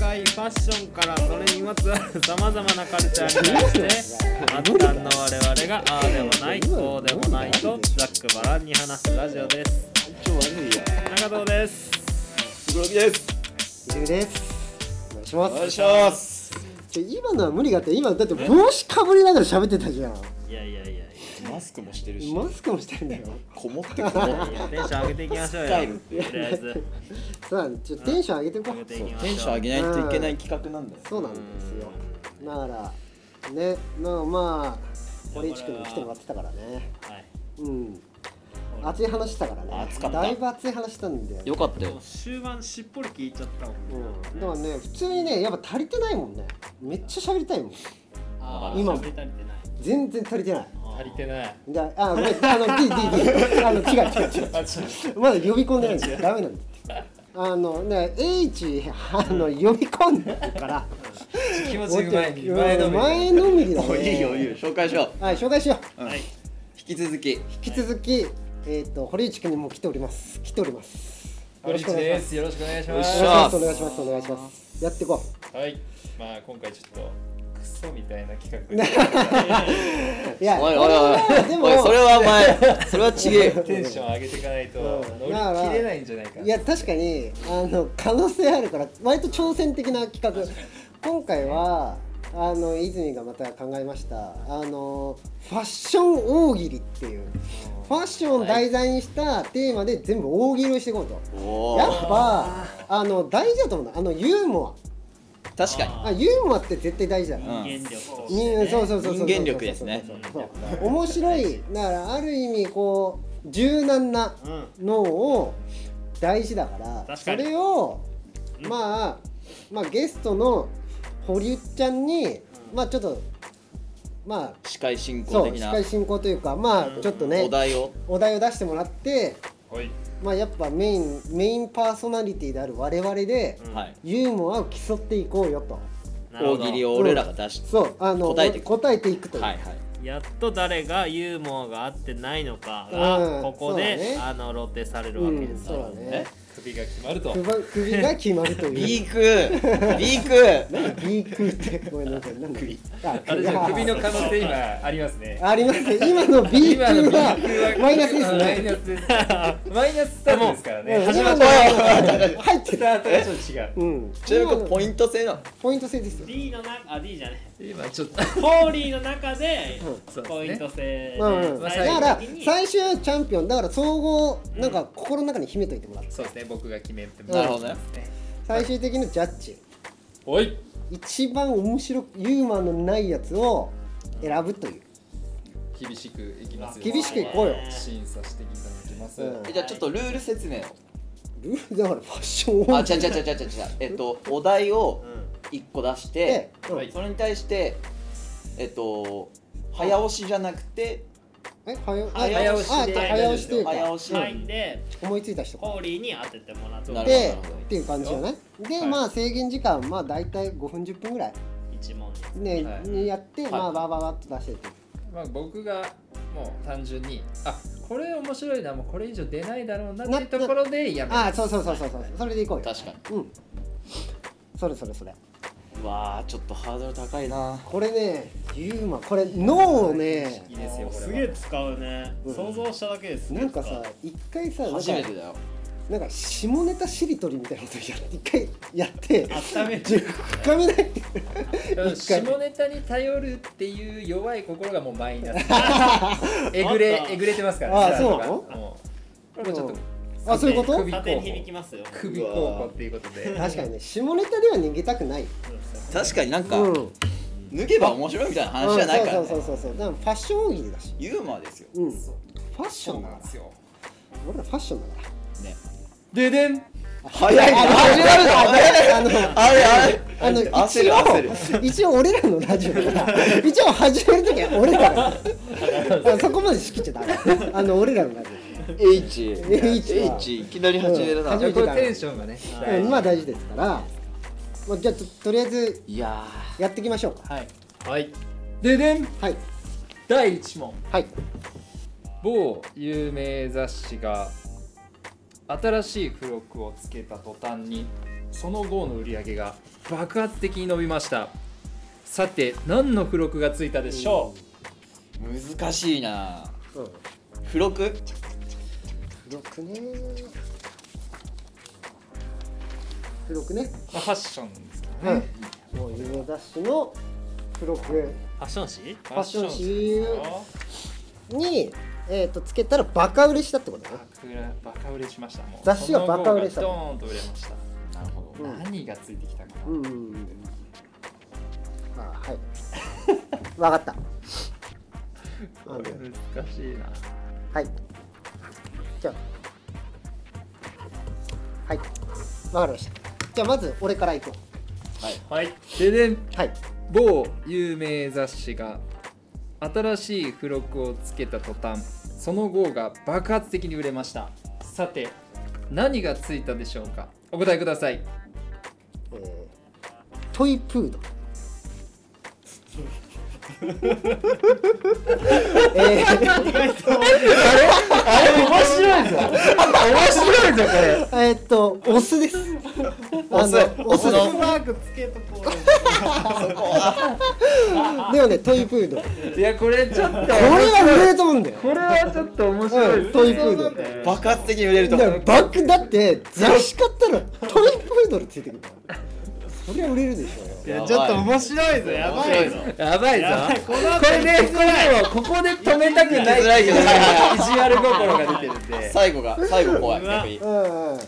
代ファッションからそれにまつわるさまざまなカルチャーに対して末端の我々がああでもないこうでもないとざっくばらんに話すラジオです超悪いや中藤です黒木です藤井ですお願いしまお願いすしますちょ今のは無理があった今だって帽子かぶりながら喋ってたじゃんいやいやいやいやマスクもしてるしマスクもしてんだよこもってこもってテンション上げていきましょうよスタイルってとりあえずそうなんちょっとテンション上げていこ上げうていきましょうテンション上げないといけない企画なんだよそうなんですよだからねまあまあ堀内くんに来てもらってたからねはいうん熱い話したからね熱かっただいぶ熱い話したんだよよかったでもよ終盤しっぽり聞いちゃったもんねうん、でもね普通にねやっぱ足りてないもんねめっちゃ喋りたいもんあー今喋り足りてない全然足りてない足りてないだあごめんあの DDD あの違う違う違うまだ呼び込んでないんだよダメなんだってあのね H あの呼び込んでるから気持うん前のめりだもうねいいよいいよ紹介しよはい紹介しようう、うんはい引き続き引き続き、えっ、と堀内くんにも来ております来ておりますよろしくお願いしますよろしくお願いしよまっすしゃお願いしますお願いしますお願いしますやっていこはいまあ今回ちょっとクソみたいな企画でういやおいおいおいこれはでもおいそれはお前それは ちげえよテンション上げていかないとうん乗り切れないんじゃないかいや確かにあの可能性あるから割と挑戦的な企画今回はあの泉がまた考えましたあのファッション大喜利っていうファッションを題材にしたテーマで全部大喜利をしていこうと、おやーっぱあの大事だと思うんだあのユーモ確かにアあユーモアって絶対大事だうん人間力として人間そうそうそうそう人間力ですねそうそうそうそう面白いだからある意味こう柔軟なうんのを大事だから確かそにれをまあまあゲストの堀内ちゃんにまあちょっとまあ司会進行そう的司な会進行というかまうんあちょっとねお題をお題を出してもらってはいまあやっぱメインメインパーソナリティである我々でうんはいユーモアを競っていこうよとなるほ大ど喜利を俺らが出してそうあの答えていく答えていくというはいはいやっと誰がユーモアがあってないのかが、うんここで、そうだねあの露呈されるわうけでんすそうだね首が決まると首首が決まるというビーク ビーク何ビークってごめんなさい何首ああれじゃああ首の可能性今ありますねありますね今の B 級今の B 級はマイナスですマイねナスですマイナススタートですからうんね今のは入っスてタるートがちょっと違ううんちなみにこ今れのポイント制なのポイント制ですよ D の中あ D じゃね今ちょっとホーリーの中でうんそうですねポイント制でうんうん、だ最か終ら的に最終チャンピオンだから総合なんか心の中に秘めといてもらってそうですね僕が決めてなるほどね最終的なジャッジおい一番面白くユーモアのないやつを選ぶという厳しくいきますよ厳しくいこうよ審査していただきますうんえじゃあちょっとルール説明をルールだからファッションあ、を違う違う違う違う違うえっと、お題を一個出して、うんはいそれに対して、えっと、早押しじゃなくて、え早早押押ししあで早押しというか早押しはいで思いついた人ホーリーに当ててもらってなるでほどっていう感じじゃないで、はいまあ制限時間まあ大体5分10分ぐらい一問ですね、はいやって、いまあバーバーバーっと出してってまあ、僕がもう単純にあこれ面白いなもうこれ以上出ないだろうなっていうところでやめああそうそうそうそうそうそれでいこうよ確かに。うんそれそれそれうわー、ちょっとハードル高いな。これねユーマこれ脳をねいいですよこれはすげえ使うね、うん想像しただけですなんかさ一回さなんか初めてだよ。なんか下ネタしりとりみたいなことやって一回やって温めて深めないって回下ネタに頼るっていう弱い心がもうマイ ナスえぐれえぐれてますからああそうなのもうこれもちょっとあそういうこと首縦に響きますよ首候補っていうことで確かにね下ネタでは逃げたくない確かになんか、うん脱げば面白いみたいな話じゃないからうんそうね。そうそうそうだからファッション大喜利だしユーモアですよ。うんファッションだなかんらですよ俺らファッションだからね。ででん早いな。始まるの早いあのあれあれあの焦一る焦る。応一応俺らのラジオだから一応始める時は俺らだから あそこまで仕切っちゃダメあの俺らのラジ H。 H は H。いきなり始めるうな。ん初いめてこれテンションがねオうんまあ大事ですから、まあ、じゃあととりあえずややっていきましょうかはいはいででんはい第1問はい某有名雑誌が新しい付録をつけた途端にその後の売り上げが爆発的に伸びましたさて何の付録がついたでしょう、難しいなうんうん付録付録ね付録ねまあ、ファッションですかね、はいもうユーザッシュの付録ファッション誌ファッション誌ですよに、えー、とつけたらバカ売れしたってことね爆売れバカ売れしましたもう雑誌がバカ売れしたその号がドーンと売れました、なるほうん何がついてきたかな、うんうんうんまあはいわかったあの難しいなはいじゃあはいわかりましたじゃあまず俺からいこはいででんうはい某有名雑誌が新しい付録をつけた途端その号が爆発的に売れましたさて何がついたでしょうかお答えくださいえートイプードル。えー面白いぞ面白いぞこれえーっと、オスです。オス、オスです。マークつけとこでもね、トイプードル。こういやこれちょっとこれれは売れると思うんだよ。はちょっと面白いうん、トイプードル。ど爆発的に売れるとだからバックだって雑誌買ったらトイプードルついてくるからそりゃ売れるでしょうよいやちょっと面白いぞやばいぞやばいぞこれでこれでもここで止めたくないづらいけどね意地悪心が出てるんで最後が最後怖いやっぱりうんうん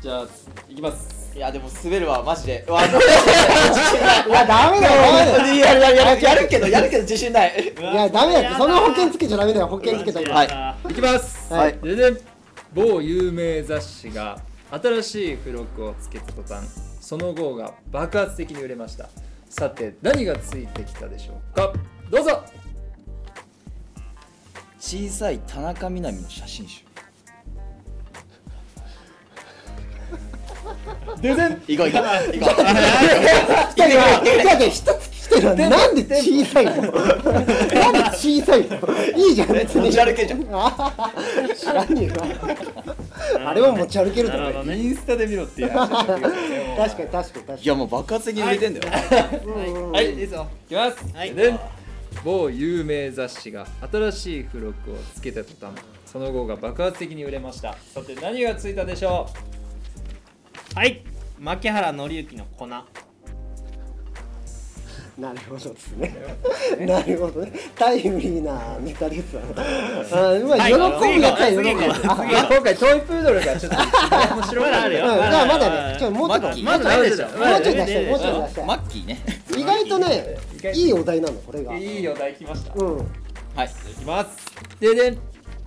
じゃあいきますいやでも滑るわマ ジでうわいやダメだよダメだよやるやるやるやるけどやるけど自信ないいいやダメだってその保険つけちゃダメだよ保険つけたらはいいきますはいでで某有名雑誌が新しい付録をつけた途端その号が爆発的に売れましたさて何がついてきたでしょうかどうぞ小さい田中みな実の写真集ででん行こう行こう行こういやいやいやいや一つ来てるのはなんで小さいのなんで小さいのいいじゃん別持にち歩けじゃん知らねえよあれは持ち歩けるとな思るほうよどねインスタで見ろっていう 話だけどね確かに確かに確かにいやもう爆発的に売れてんだよはい、いいですよ。いきます。はいで某有名雑誌が新しい付録をつけた途端、その後が爆発的に売れました。さて何がついたでしょはい牧原紀之の粉なるほどですね。なるほどね。タイムリーなネタですわ。あーまあはい喜びがたい喜びが次行う。こたい。次は今回トイプードルがちょっと 面白いまだあるようんまあまだねちょっともうちょっとまだまだあるでしょももうちょまだ出い出してて、るもうちょい出して。マッキーね意外とね意外、といいお題なのこれが。いいお題来ました。うん。はいいきますでで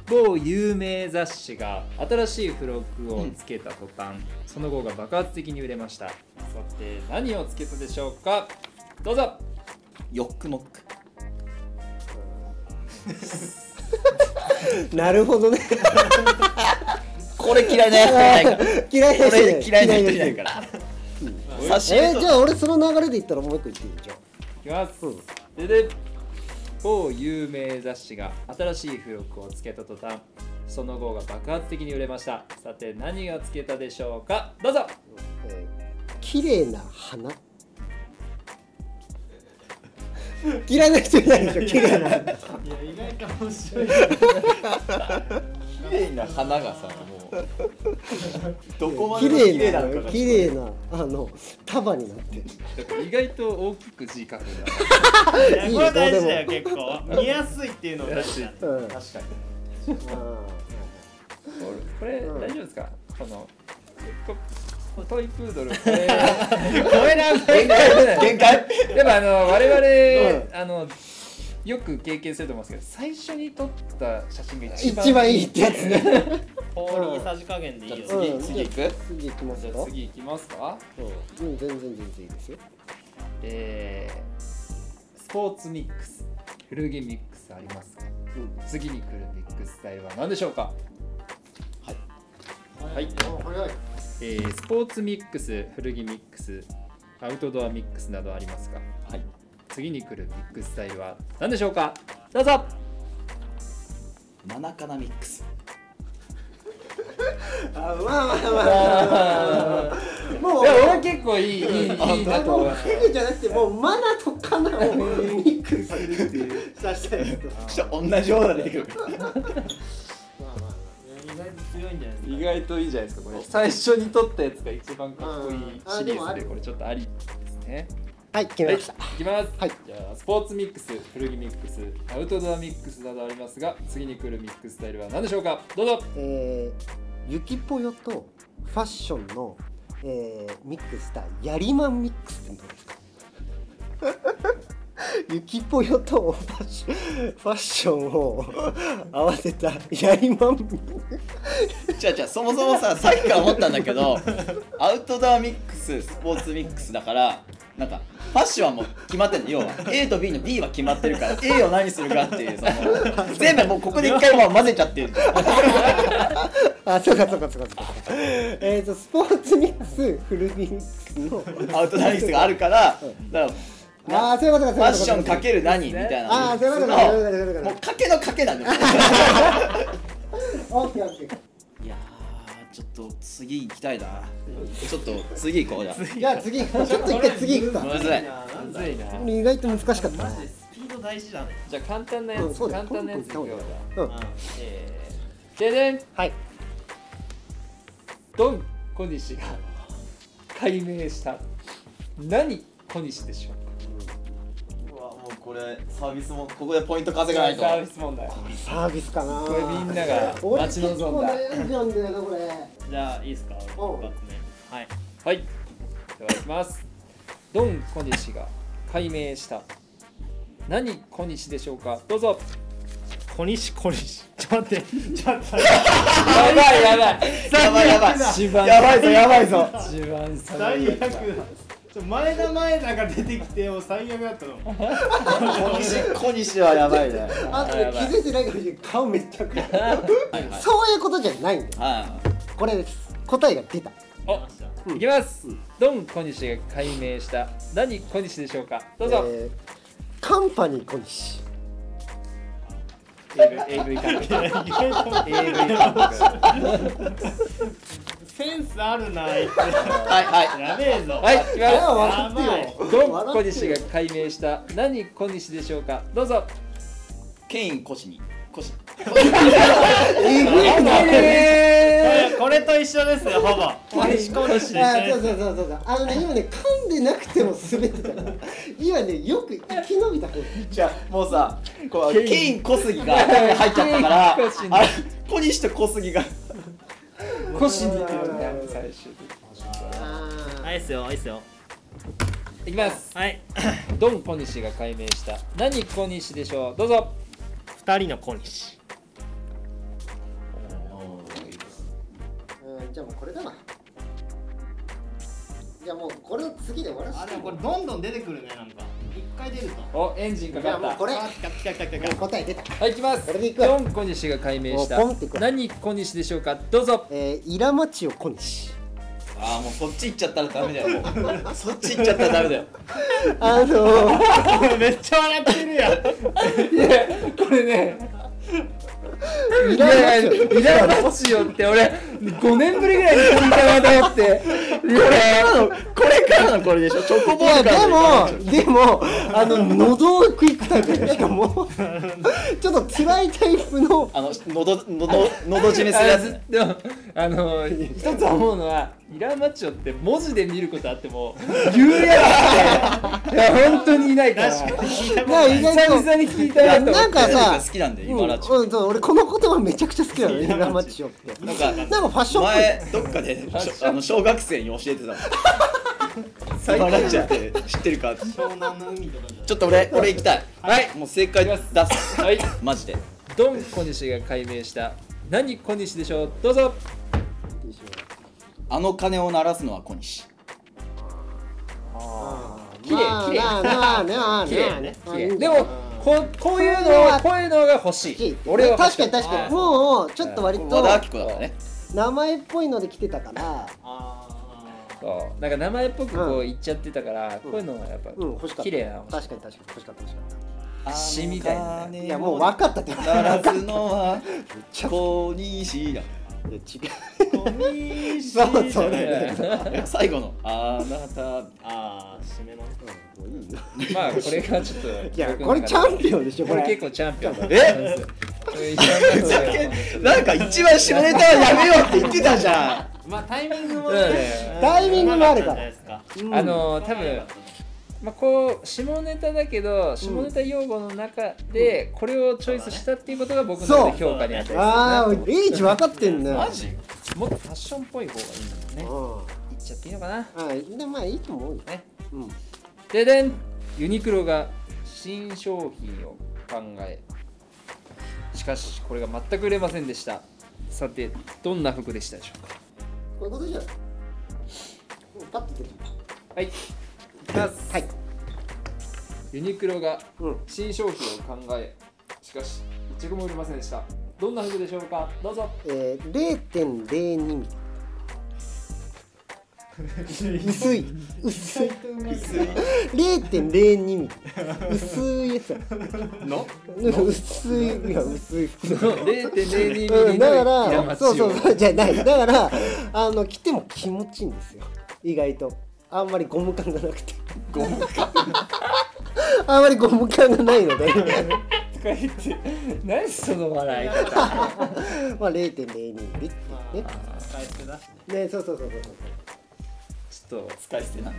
某有名雑誌が新しい付録をつけた途端、その後が爆発的に売れましたさて何をつけたでしょうかどうぞヨックモックなるほどね。これ嫌いなやつがいないから嫌いなこ人いなれい嫌いな人いないから差しえ入ーれじとゃあ俺その流れで言ったらもう一個言っていいじゃん。いきます、うんでで某有名雑誌が新しい付録をつけた途端その後が爆発的に売れましたさて何がつけたでしょうかどうぞえー綺麗な花。嫌いな人いない でしょ。綺麗な花。いや意外と面白い綺麗な花がさもうどこまで綺も綺麗麗なのなか綺麗なあの束になってる。意外と大きく字書くんだいやいいこよれ大事だよど結構見やすいっていうのが大事だねうん。確かにうんこれ、うん大丈夫ですかこのこトイプードルこれこれな限界限界でもあの我々、うあのよく経験すると思うんですけど最初に撮った写真が一番一番いいってやつね。氷さじ加減でいいよじゃあ次次行く次行きますじゃかあ。次いきますかうん、うん全然全然いいですよ。えー、スポーツミックス古着ミックスありますかうん。次に来るミックスタイルは何でしょうかはい、はい早い。えースポーツミックス古着ミックスアウトドアミックスなどありますかはい次に来るミックスタイルは何でしょうかどう ぞマナカナミックス あ、まあまあまあまあまあまあ。もうや俺結構いいいいいいなとも思いうますフグじゃなくてもうマナとカナをミックスするっていうさせたいですちょ同じような出てくるまあまあ意外と強いんじゃないです意か外といいじゃないですかこれ最初に撮ったやつが一番かっこいいあーシリでもーあズでるこれちょっとありですねはい決めました、はい、いきます、はいじゃあスポーツミックス古着ミックスアウトドアミックスなどありますが次に来るミックススタイルは何でしょうかどうぞえー、ゆきぽよとファッションの、えー、ミックスしたヤリマンミックスってどうですか ゆきぽよとファッションファッションを合わせたヤリマンミックじゃあじゃあそもそも ささっきから思ったんだけどアウトドアミックススポーツミックスだからなんかファッションはもう決まってんの要は A と B の B は決まってるから A を何するかっていうその全部もうここで一回もう混ぜちゃってるスあそうかそうかそうかそうかえっ、ー、とスポーツミックス古着ミックスのアウトドアミックスがあるからだからああそういうことかそういうことかファッションかける何みたいなあーそういうことかそういうことかもうかけのかけな んだよオッケーオッケーいやーちょっと次行きたいなちょっと次行こうじゃあじゃあ次ちょっと一回次いくかむずいなんだむずいなこれ意外と難しかったなマジでスピード大事だねじゃあ簡単なやうんつ、そうだよ簡単なやついくよううんんえー、ででんはいドン小西が解明した何小西でしょうかうわもうこれサービスもここでポイント稼サがないとービス問題サービスかなこれみんなが俺待ち望んだ結構悩んじゃうんだよなこれじゃあいいですかおう一発目はいはいではいきますドン小西が解明した何小西でしょうかどうぞ小西小西ちょっと待ってちょっと待って やばいやばいやばいや ばい一番やばいぞやばい ぞ一番最最悪だ悪ちょ前田前田が出てきてもう最悪だったの小西小西はやばいねあとね気づいてないかもしれない顔めっちゃ暗いそういうことじゃないんだよはこれです答えが出たおいきますドン小西が解明した何小西でしょうかどうぞ、えーカンパニー小西えぐ AV 監督意外と AV 監督センスあるなあいついはいはいやべえぞはいいきあれは分かまってよすドン小西が解明した何小西でしょうかどうぞケイン小西に小西えぐいなこれこれと一緒ですよほぼ小西小西であ一緒ーそうでそうそうそうそうあのね今ね噛んでなくても滑ってたから今ねよく生き延びた方じゃあもうさこうケインケイン小杉が頭に入っちゃったからケイン小杉あれ小西と小杉が小西にって呼んだ最終的はいいっすよいいっすよにいきますはいドン小西が解明した何小西でしょうどうぞ二人の小西うんじゃあもうこれだなじゃあもうこれを次で終わらあせでもこてれどんどん出てくるねなんか一回出るとおエンジンかじゃかあもうったこれあ来た来た来た来たもう答え出たはい、行きます。これで行くわドン小西が解明したもうポンって行く。わ何小西でしょうか。どうぞ。えー、イラマチオ小西ああもうそっち行っちゃったらダメだよもうそっち行っちゃったらダメだよあの ー、めっちゃ笑ってるやんこれね。イいやラいマチや、オいらなしよって、俺、五年ぶりぐらいに聞いた話だよって。これ、これからのこれでしょチョコいボーやルからでもでもあの喉を食いくタイプでしかも ちょっと辛いタイプのあの喉喉喉締めするやつでも、あの、一つ思うのは、イラマチョって文字で見ることあって も、言うやつって。いや、本当にいないから。久な意外と々に聞いた なと思って。なんかさ好きなんでうん今ラチョうんそう俺この言葉めちゃくちゃ好きなのイラマチオってなんかなんかファッションっぽい前どっかでしょあの小学生に教え てたもん最今近ラチョって知ってるかって湘南の海とかじゃちょっと俺俺行きたいはいもう正解出すはい、マジでドン小西が解明した。何小西でしょう。どうぞ。あの鐘を鳴らすのは小西綺麗綺麗まあまあねまあね綺麗ねまあ綺ね麗でもここういうのはこういうのが欲しい俺は欲確しいかに確かにもうちょっと割和田アとキ子だからね名前っぽいので来てたからあーそうなんか名前っぽくこうう言っちゃってたから、こういうのはやっぱ、うん欲しかった綺麗なの確かに確かに欲しかった欲しかっ詩みたいなねたいやもう分かったって鳴らすのはちゃ小西だ違う小寂しいそうじそゃうないだよね最後の「あなたああ締めのまあこれがちょっと いやこれチャンピオンでしょここれれ結構チャンピオンだえこれ一番チャンピオンだなんか一番下ネタはやめようって言ってたじゃんまあタイミングもうんねタイミングもあるうまったんからじゃないですかうんあの多分まあこう下ネタだけど下ネタ用語の中でこれをチョイスしたっていうことが僕の中で評価に値するなああと思ってリーチ分かってんねマジもっとファッションっぽい方がいいんだうもんねんあいっちゃっていいのかなあでまあいいと思うよねうんででんユニクロが新商品を考えしかしこれが全く売れませんでしたさてどんな服でしたでしょうかこういうことじゃないパッと出てくるはいいきますはいユニクロがうん新商品を考えしかし一着も売れませんでしたどんな服でしょうかどうぞえー、0.02ミリ薄い薄い0.02ミリ薄いやつのなんか薄いいや薄い0.02ミリうんだかの平ら松そうそうをそうじゃないだから あの着ても気持ちいいんですよ意外とあんまりゴム感がなくてゴムあんまりゴム感がないので 何その笑い方まあ0.02ミリっていうね使い捨てだしねねそうそうそうそうそうちょっと使い捨てな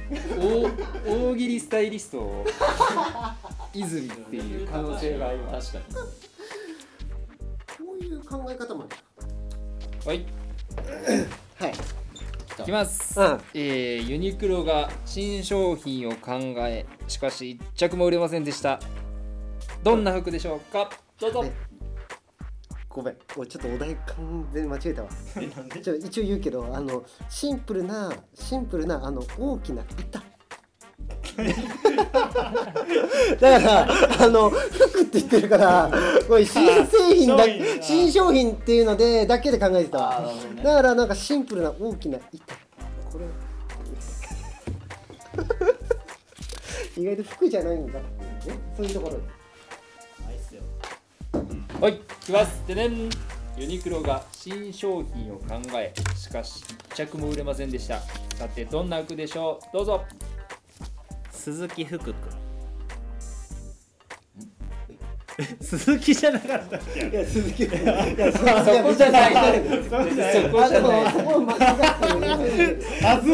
大大喜利スタイリストを泉っていう可能性があります確かにこういう考え方もはいいあるはいきます、うんえーユニクロが新商品を考えしかし一着も売れませんでしたどんな服でしょうかどうぞねごめん俺ちょっとお題完全に間違え たわちょ一応言うけどあのシンプルなシンプルなあの大きな板 だからあの服って言ってるからこれ新製品だ商品だ新商品っていうのでだけで考えてたわあーなるほどねだからなんかシンプルな大きな板こ れ意外と服じゃないんだっていうねそういうところでないっすよはいいきますでねんユニクロが新商品を考えしかし一着も売れませんでしたさてどんな服でしょうどうぞ鈴木福君 鈴木じゃなかったいや鈴木いや鈴木そそこじゃないそこそこじゃないそこ間違ってるはず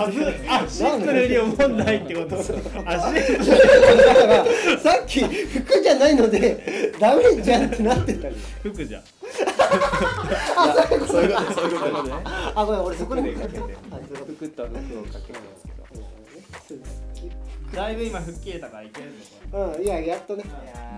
はずあシンプルに思んないってことあシンプルだからさっき服じゃないのでダメじゃんってなってたの福じゃんそういうことそういうことねあごめん俺そこで見かけて服と服をかけてますけどだいぶ今吹っ切れたからいけるのこうんいややっとね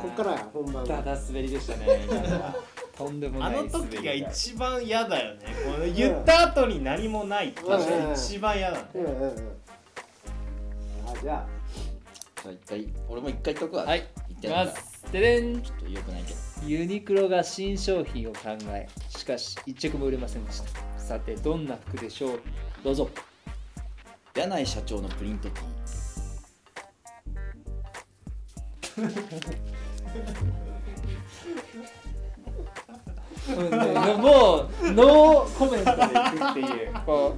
こっからは本番ダダ滑りでしたね。今のはとんでもれなあい滑のり時が一番嫌だよねこの言った後に何もないっていうのが一番嫌だねうんうんうんあじゃじゃあ一回俺も一回言っとくわはい。い言っきてやまるからす。ででん。ちょっとよくないけどユニクロが新商品を考え、しかし一着も売れませんでした。さてどんな服でしょう。どうぞ。柳井社長のプリントティーもう ノーコメントで行くっていうこ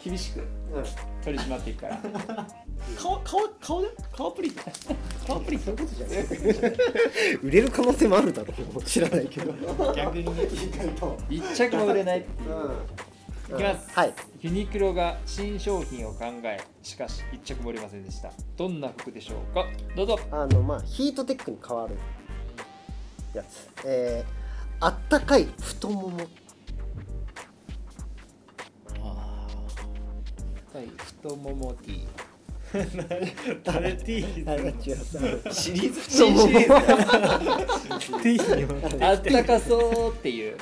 う厳しく取り締まっていくから。顔顔顔で顔プリント顔プリントあ売れる可能性もあるだろう知らないけど逆にね意外と一着も売れない。うんいきますはいユニクロが新商品を考え、しかし一着も売れませんでした。どんな服でしょうか。どうぞ。あのまあヒートテックに変わるやつえー、あったかい太ももはい。太ももティー。誰 T あ違うシリーズ太もも違う T にもあったかそうっていう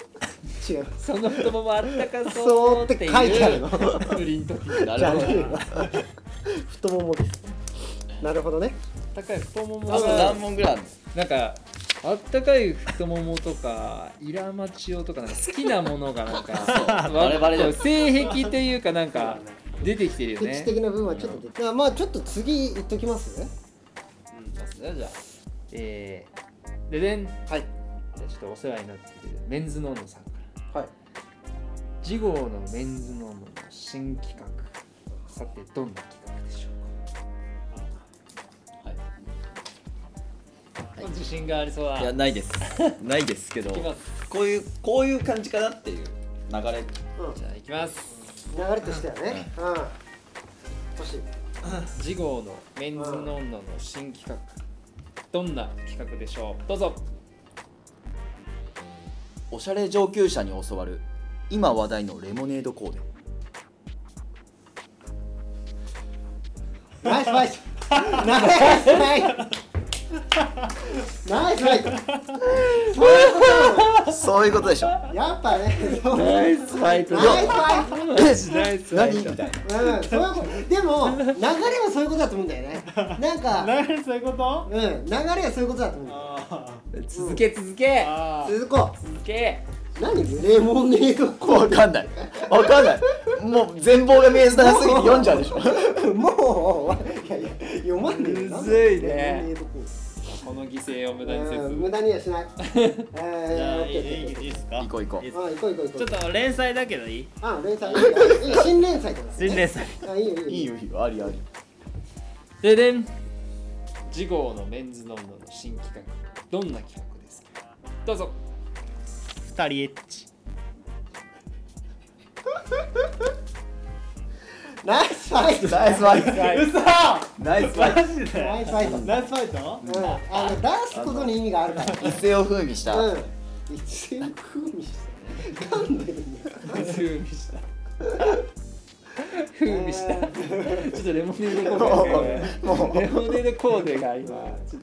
その太ももあったかそうっていうそうって書いてあるのプリントなじるゃあほどな太ももですなるほどね高い太ももあとが何問ぐらいあるのなんかあったかい太ももとかイラマチオとかなんか好きなものがなんか バレバレだよ性癖というかなんか出てきてるよ歴ね史的な部分はちょっと出て、あまあちょっと次いっときますじゃあえー、ででんじゃはいあちょっとお世話になってるメンズノンノさんからはい次号のメンズノムの新企画さてどんな企画でしょうか、自信がありそうだいやないですないですけどいきますこういうこういう感じかなっていう流れじゃあいきます流れとしてはねうん欲しい次号のメンズノンノの新企画どんな企画でしょうどうぞおしゃれ上級者に教わる今話題のレモネードコーデナイスファイトナイスファイトナイスファイトそういうことなのそういうことでしょやっぱね、そうナイスファイト。何みたいなうん、そういうこと。でも流れはそういうことだと思うんだよね。なんか、 流れそういうことうん、流れはそういうことだと思うんだよ。あ続け続けあ鈴子、続け何レモネードコわーかんないわかんないもう全貌が見えづらすぎて読んじゃうでしょル。もう、いやいや読まんでる。むずいねレモネードコーこの犠牲を無駄にせルず、うん無駄にはしない。ーじゃえあー、オッいケいー、オッケいいー、オッケー。ですか行こう行こうあ、行こう行こう行ちこょうっ。と連載だけどいいあ、連載。いいよ新連載とか。新連載あ、いいよ、いいよ。いいよいいよありありででん次号のメンズノンノの新企画どんな企画ですかどうぞ二人エッチナイスファイト。ナイスファイ嘘トナイスファイマジナイでスファイト。ナイスファイトうん、あの出すことに意味があるから。ト一世を風靡した、うん。一斉に風味した。噛んでるね。風味した風味したちょっとレモネードコもーデうも レモネードコーデが今ちょっ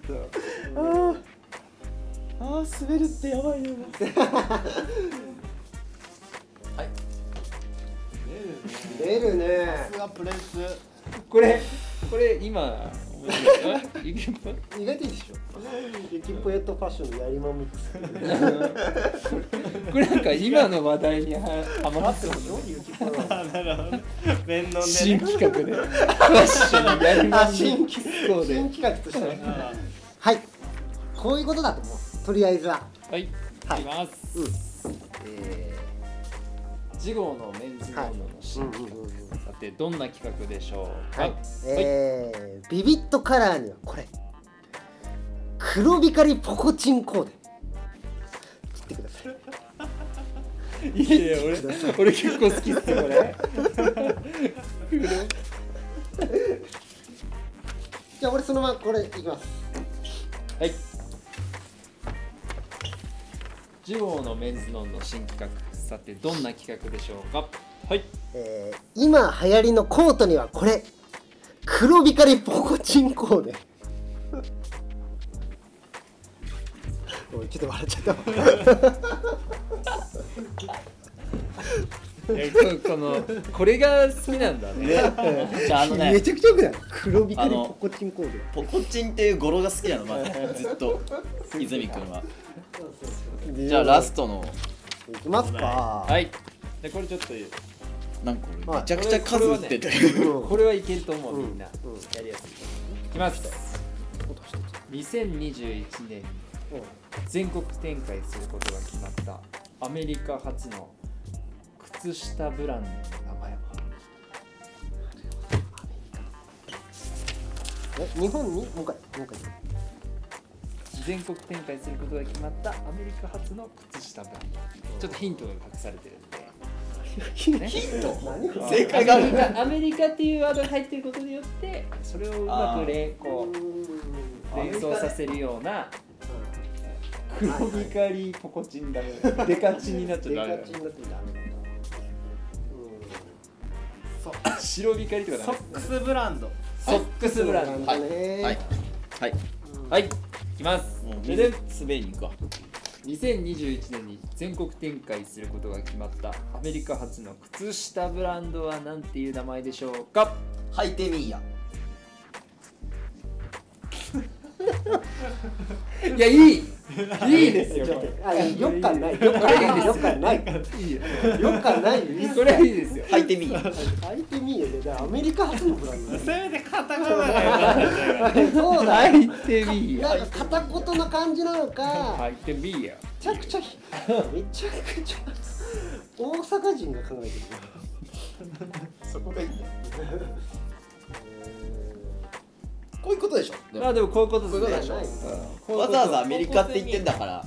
ああ滑るってやばいよ出るね。さすがプレスとこれこれ今面白いあいけば意外といいでしょ。ゆきぽよとファッションのやりまん みこれなんか今の話題にははまってますねゆきぽよ。あなるほど面の新ね企画でファッションやりまあ、んに新企画。新企画としてね。あーはい。こういうことだと思う。とりあえずは。はいいきはいます、うんえー次号のメンズノンノの新企画、さてどんな企画でしょうか、はい。えービビットカラーにはこれ。黒光りポコチンコーデ。切ってください。いやいや俺俺結構好きっすよこれじゃあ俺そのままこれいきます。はい次号のメンズノンの新企画さてどんな企画でしょうかはいえー今流行りのコートにはこれ黒光りポコチンコーデ おいちょっと笑っちゃったわえここのこれが好きなんだねうじゃああのねめちゃくちゃよくない黒光ありのポコチンコーデポコチンっていう語呂が好きなのまずずっと泉君はじゃあラストのいきますかはいでこれちょっとなんかは俺いめちゃくちゃ数打っててうんこれはいけると思うみんな、うんうんやりやすいいきます2021年に全国展開することが決まったアメリカ初の靴下ブランドの名前はえ日本にもう一回もう一回全国展開することが決まったアメリカ初の靴下ブランドちょっとヒントが隠されてるんでヒント何これ正解があるアメリカアメリカっていうワードが入ってることによってそれをうまく連こう連想させるような黒光りポコチンだよデカチンになっちゃデダカメだよチンになってダメなんだ白光りとかダソメックスブランドソックスブランドなんだねはいはいはいいきますもうで水で滑りに行くわ2021年に全国展開することが決まったアメリカ発の靴下ブランドは何ていう名前でしょうか履いてみーやいやいいいいですよこあいやよっかんないよっかんないよっかんないれいいよよっかんないよこれはいいですよ履いてみーや相手見よね、だからアメリカ発のブランドせめてカタカナがよかったじゃんそうだよ入ってみーやなんか片言な感じなのか入ってみーや めちゃくちゃめちゃくちゃ大阪人が考えてるそこがいいんだよこういうことでしょでもまあでもこういうことですねじゃないこういうわことざわざアメリカって言ってんだから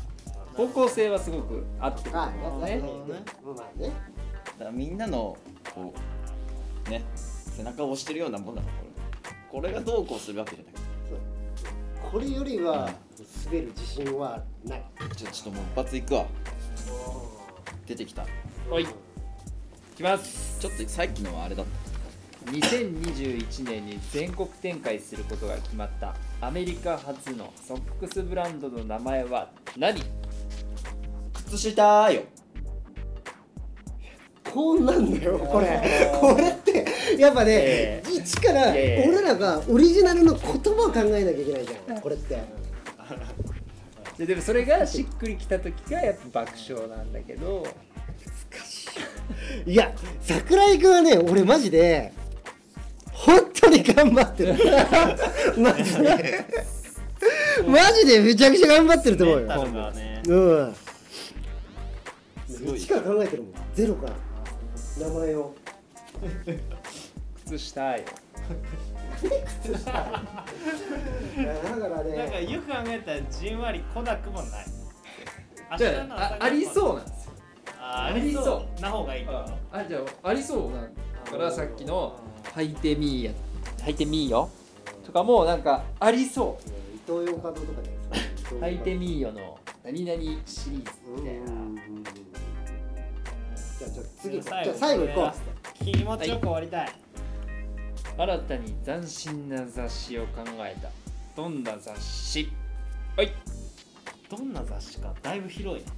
方向性はすごく合ってる あますなねるほどねまあねだからみんなのこうね背中を押してるようなもんだからこれこれがどうこうするわけじゃなくてそうこれよりは滑る自信はないちょちょっともう一発いくわ出てきたはいいきますちょっとさっきのはあれだった2021年に全国展開することが決まったアメリカ初のソックスブランドの名前は何靴下よこうなんだよこれこれってやっぱねえ一からええ俺らがオリジナルの言葉を考えなきゃいけないじゃんこれってででもそれがしっくりきた時がやっぱ爆笑なんだけどいや桜井君はね俺マジで本当に頑張ってるマジでマジでめちゃくちゃ頑張ってると思うメンタよルがねうんすごい一から考えてるもんゼロから名前を靴下よいやだからなんかねよく考えたらじんわりこなくも ないじゃああありそううなんですよあありありそうな方がいいってことあじゃあありそうなんだからさっきの「履いてみーや」「履いてみーよ」とかもなんかありそ伊藤洋華堂とかじゃないですかう「履いてみーよ」の「何々」シリーズみたいなじゃあじゃあ次じゃあ最後最後行こ気持ちよく終わりたい新たに斬新な雑誌を考えたどんな雑誌はいどんな雑誌かだいぶ広いなう。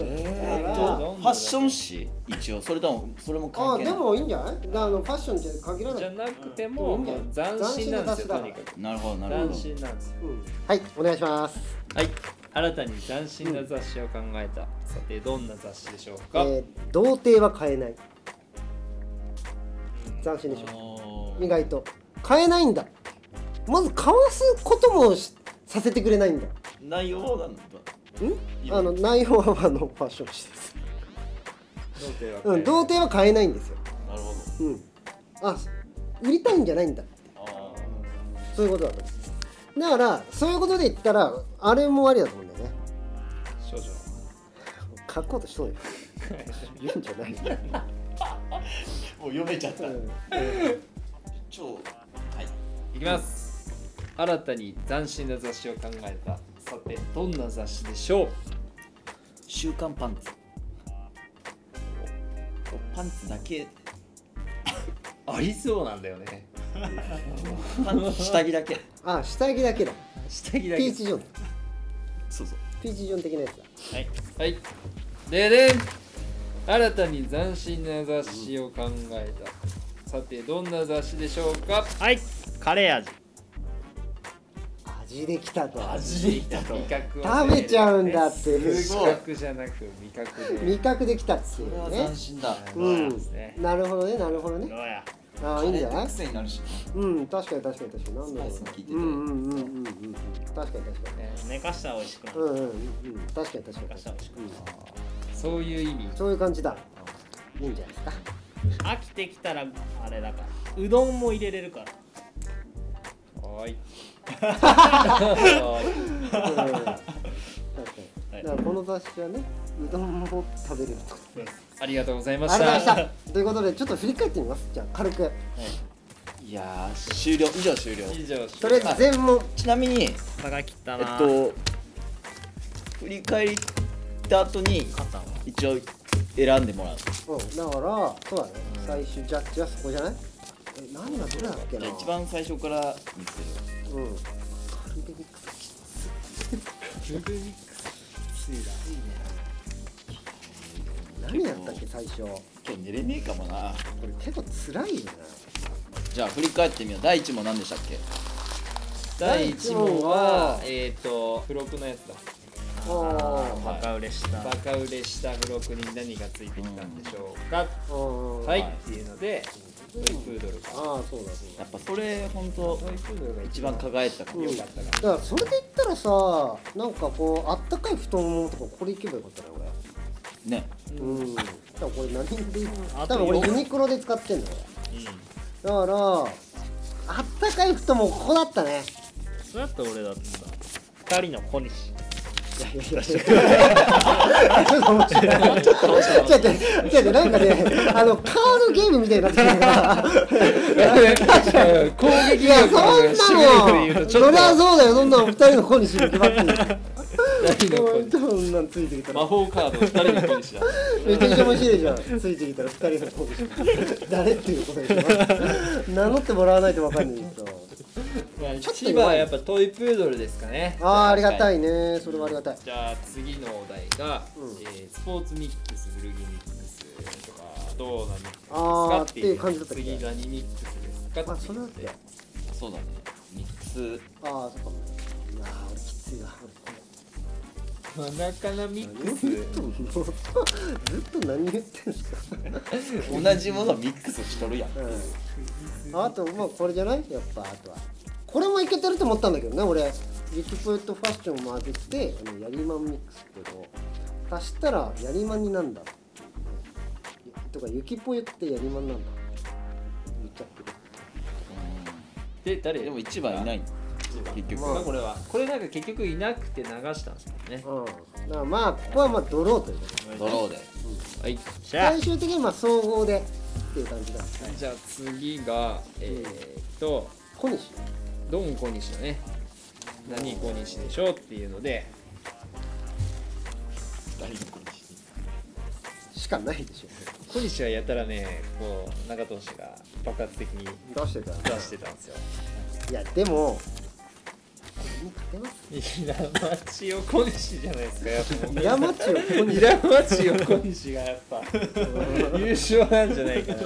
ええっとファッション誌一応それともそれもあ関係でないもいいんじゃない？あのファッションじゃ限らなじゃい。なくても,、うんもう斬新なんですよとにかくなるほどなるほ斬ど新なんですようんはいお願いします。はい新たに斬新な雑誌を考えた、さてどんな雑誌でしょうえか、ー、童貞は変えない。斬新でしょ。おー意外と変えないんだ。まずかわすこともしさせてくれないんだ。ん？内容なんだいよあの内容はあのファッション誌です。童貞はうん童貞は変えないんですよ。なるほどうん。あ売りたいんじゃないんだ。あそういうことだと思う。だからそういうことで言ったらあれもありだと思うんだよね。少女書こうとしと るよ。言うんじゃない。ーもう読めちゃったうん超はいいきます新たに斬新な雑誌を考えたさてどんな雑誌でしょう週刊パンツおパンツだけありそうなんだよねパンツ下着だけあ、下着だけだ。下着だけピーチジョン。そうそうピーチジョン的なやつだ。はいはい。ででん新たに斬新な雑誌を考えた。さて、どんな雑誌でしょうかはいカレー味味できたと。味だと。味覚を食べちゃうんだっていう。視覚じゃなく味覚で。味覚できたっていこれはうね斬。新だうですねん。なるほどね、なるほどどね。うやああ、いいんじゃない癖になるしうん、確かに確かに確かに。なんだろうなスパイスも効いててうんうんうんうんうん。確かに確かに。ね寝かしたら美味しくなうるんうんうん。確かに確かに寝か確したから美に。味しくなるそういう意味。そういう感じだ。いいんじゃないですか。飽きてきたらあれだからうどんも入れれるから はーい。うん確かはに。いだからこの雑誌はね、うどんも食べれると。ありがとうございまあしりがとうございまた。した。ということで、ちょっと振り返ってみます。じゃあ、軽く。いやー終了以上終了以上、とりあえず全問。ちなみにえっ差が切ったなと振り返った後に肩は一応選んでもらううん、だから、そうだね。最終ジャッジはそこじゃないえ、何がどれだっけじなゃあ一番最初から見つけるうん。カルベミックス。カルベミックス。きついな。何やったっけ、最初。こ今日寝れねえかもなれ結構辛いよな。じゃあ振り返ってみよう第一問何でしたっけ第1問は、えっ、と、付録のやつだ。あバカ売れしたバカ売れした付録に何がついてきたんでしょうか、あ。うんはい、はいっていうので、トイプードルか。ああ、そうだ、そうだ。やっぱそれ本当トイプードルが一番輝いてたかもうんよだかったなからそれで言ったらさなんかこうあったかい布団とかこれいけばよかったねねうん多分これ何であと多分これよユニクロで使ってんのこれだからあったかい服ともここだったねそうやって俺だった2人の小西いやいやいや ちょっと面白いちょっと面白いちょっと待ってちょっと待ってなんかねあのカードゲームみたいになってきたから攻撃いや力そんながのそ守備力で言うとちょっりゃとそうだよそんなの二人の方にし に決まってんだよ何のこそんなんついてきたら魔法カードを2人の子にしだめちゃくちゃ面白いじゃんついてきたら二人の方にし誰っていうことでしょ名乗ってもらわないとわかんない ですよ千葉はやっぱトイプードルですかねああありがたいねそれはありがたいじゃあ次のお題が、うんえースポーツミックス古着ミックスとかどうなミックスですあかーっていう感じだったっけ次何ミックスですかあってそ言れだっっけてあそうだねミックスあそっかいやー俺きついわ真中なミッ俺クずっスとも うずっと何言ってんすか同じものをミックスしとるやんうん、あとまあこれじゃないやっぱあとはこれもいけてると思ったんだけどね俺リキポエットファッションを混ぜてあのヤリマンミックスっていうのを足したらヤリマンになんだろううんとかユキポエってヤリマンなんだ言っちゃってるで誰でも1番いない結局まあこれはこれなんか結局いなくて流したんですもんねうんだからまあここはまあドローということでドローではいじゃあ最終的にはまあ総合でっていう感じだじゃあ次がえー、っと小西ドン小西のね何小西でしょうっていうので2人の子にししかないでし小西はやたらねこう中藤氏が爆発的にょ出してたらね出してたんですよいやでもこれに勝てますイラマチオ小西じゃないですかやっぱも宮町を小うイ西ラマチオ小西がやっぱ優勝なんじゃないかな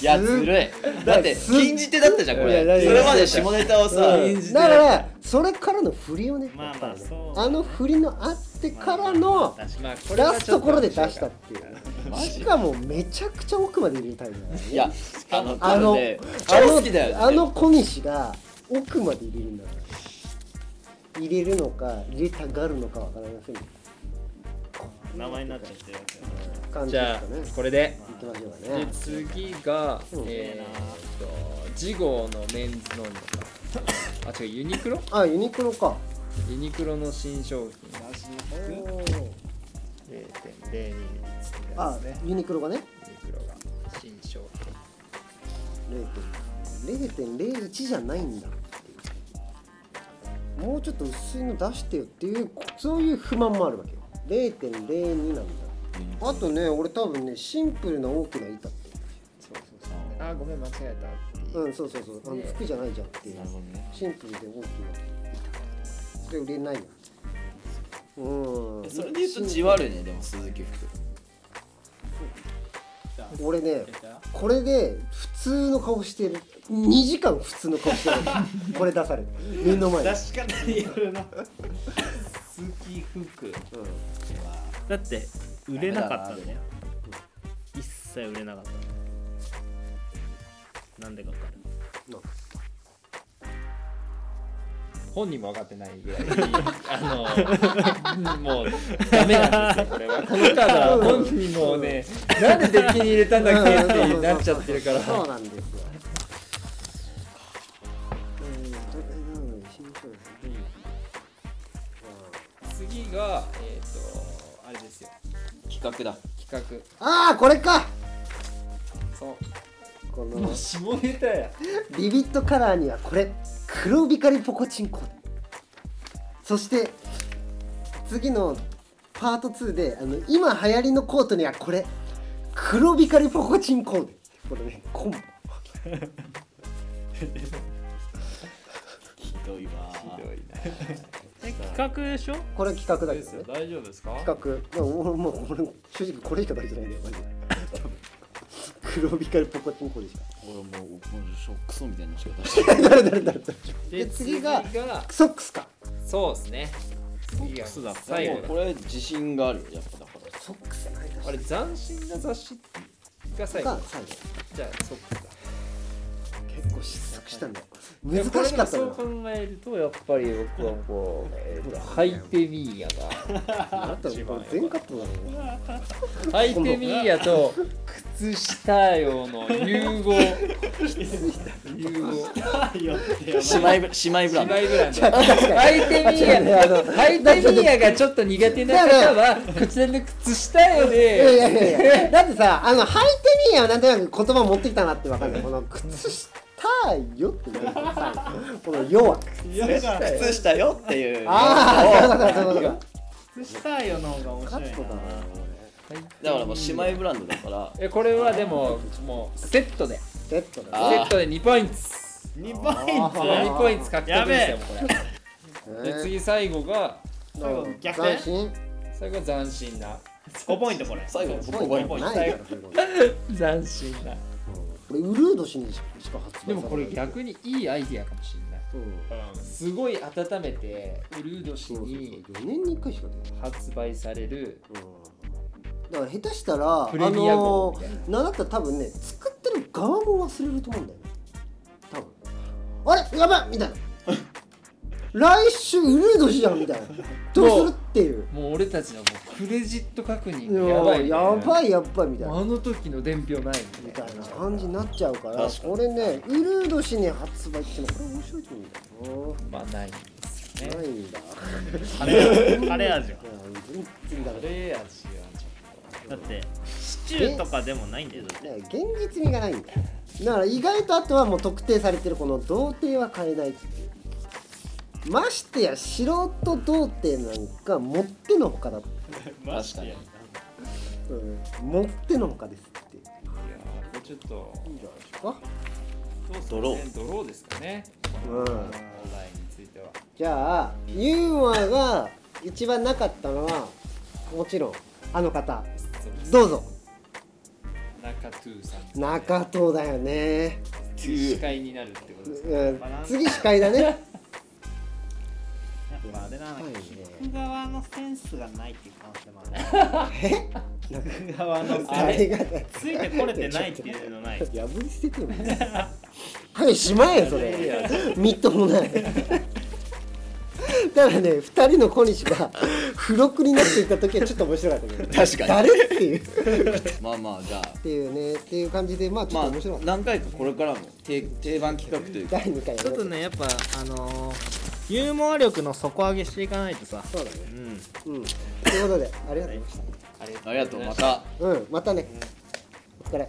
いやずるいだって禁じ手だったじゃんこれいやいやいやそれまで下ネタをさうんだからそれからの振りをね、まあまあそうあの振りのあってからの確かまあこ出れはすちょとっころで出面白いしたっかていうマジしかもめちゃくちゃ奥まで入れたいんだよねいやあのああののあ超好きだよねのあの小西が奥まで入れるんだから入れるのか入れたがるのかわからないふうにに名前になっちゃってるやつやな感じじでゃすかねあこれで行きましょうかでね次がうんえー、っと次号のメンズノンのかあ違うユニクロあユニクロかユニクロの新商品おー0.02率ってやあつねユニクロがねユニクロが新商品0.01じゃないんだっていうもうちょっと薄いの出してよっていうそういう不満もあるわけよ0.02なんだあとね俺多分ねシンプルな大きな板ってあごめん間違えたうんそうそうそうあの服じゃないじゃんっていうなるほどねシンプルで大きな板で売れないなうんそれで言うと地悪いねでも鈴木福俺ねこれで普通の顔してる2時間普通の顔してるこれ出される目の前で確かにやるな鈴木福うんだって売れなかったんだよ一切売れなかったなんでか分かる本人も分かってないぐ らいあのもうダメなんですよこれは このカードは本人もねなんでデッキに入れたんだっけってなっちゃってるからそうなんですようんなので新商品 次がえっ、とあれですよ企画だ企ああこれか画そうこものう下ネタやビビットカラーにはこれ黒光りポコチンコそして次のパート2であの今流行りのコートにはこれ黒光りポコチンコーデこれねコンボひどいわえ企画でしょこれ企画だけどね大丈夫ですか企画でも俺もう俺正直これしか大事ないんだよマジで黒光りポコチンコでしか俺もうもうクソみたいなのしか出してない誰誰誰誰でで次次ががソックスかそうですね次がソックスだ最後もうだこれ自信があるやっぱだからソックスないあれ斬新な雑誌が最後がだ最後じゃあそっか結構失策したんだよいや難これしかったそうの考えるとやっぱり僕はこう、えーとハイペミーヤあったのこれ全カットだろが ハイペミーヤと靴下用の融 合融合よってやばい姉妹ブ姉妹ブランド芝居ブランドハイペミーヤハイペミーヤがちょっと苦手な方はこ ちらの靴下 用いやいやいでやいやだってさあの履いてみーやはなんとなく言葉持ってきたなってわかるよこの靴下よって言うからさこの「よ」は靴下よっていうああそうだそうだそうだ靴下よの方が面カ白いットだななだからもう姉妹ブランドだからえこれはでももうセットでセットだセあーットで2ポイント2ポイント2ポイント獲得ですよこれねで次最後が最後逆転斬最後は斬新な5ポイントこれ最後新5ポイントないからそういうこと斬新なこれウルード氏にしか発売されでもないこれ逆にいいアイディアかもしれないうんすごい温めてウルードそ氏うそうそうに4年に1回しか出ない発売されるうんだから下手したらプレミア号みたいなあのーなんだったら多分ね作ってる側も忘れると思うんだよね多分あれやばい みたいな来週ウルード氏じゃんみたいなどうするっていうもう俺たちのもうクレジット確認いやばい、ね、やばいいやばいみたいなあの時の伝票ないみみたたいいなな感じになっちゃうから確かに俺ねウルード氏に発売っていうのこれ面白いと思うんまあないんですだよよななねいんだカレーカレー味はいや全然だカかレー味はちょだってシチューとかでもないんだよだってらね現実味がないんだよだから意外とあとはもう特定されてるこの童貞は変えないっていうましてや素人童貞なんかもってのほかだ、マジでうん、もってのほかですっていうっといやーこれちょっといいんじゃないですかドローどうですかねドうんローですかねこの問題についてはじゃあユーモアが一番なかったのはもちろんあの方そうですどうぞ中トゥーさんですね中藤だよね、次司会になるってことですかうん、次司会だ ねやっぱあれなのはいね聞く側のセンスがないっていう可能性もえある聞く側のセンありがたいスついてこれてないっていうのない 破り捨ててよ。はい、しまえよ、それ。みっともない。 ただね、二人の小西が付録になっていた時はちょっと面白かったけど。確か誰っていう。っまあまあじゃあていうね、っていう感じで、まあ、ちょっまとあ面白かった。何回かこれからも定定番企画というか第二回やちりょっとましょう。ねやっぱあのー、ユーモア力の底上げしていかないとさそうだね。うんうん。ということで、ありがとうございましありがとうまたた。うん、またね。お疲れ。あ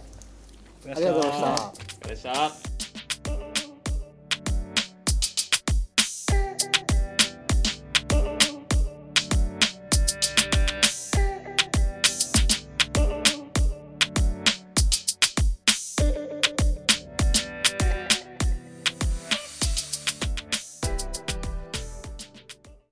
りがとうございました。よっしゃ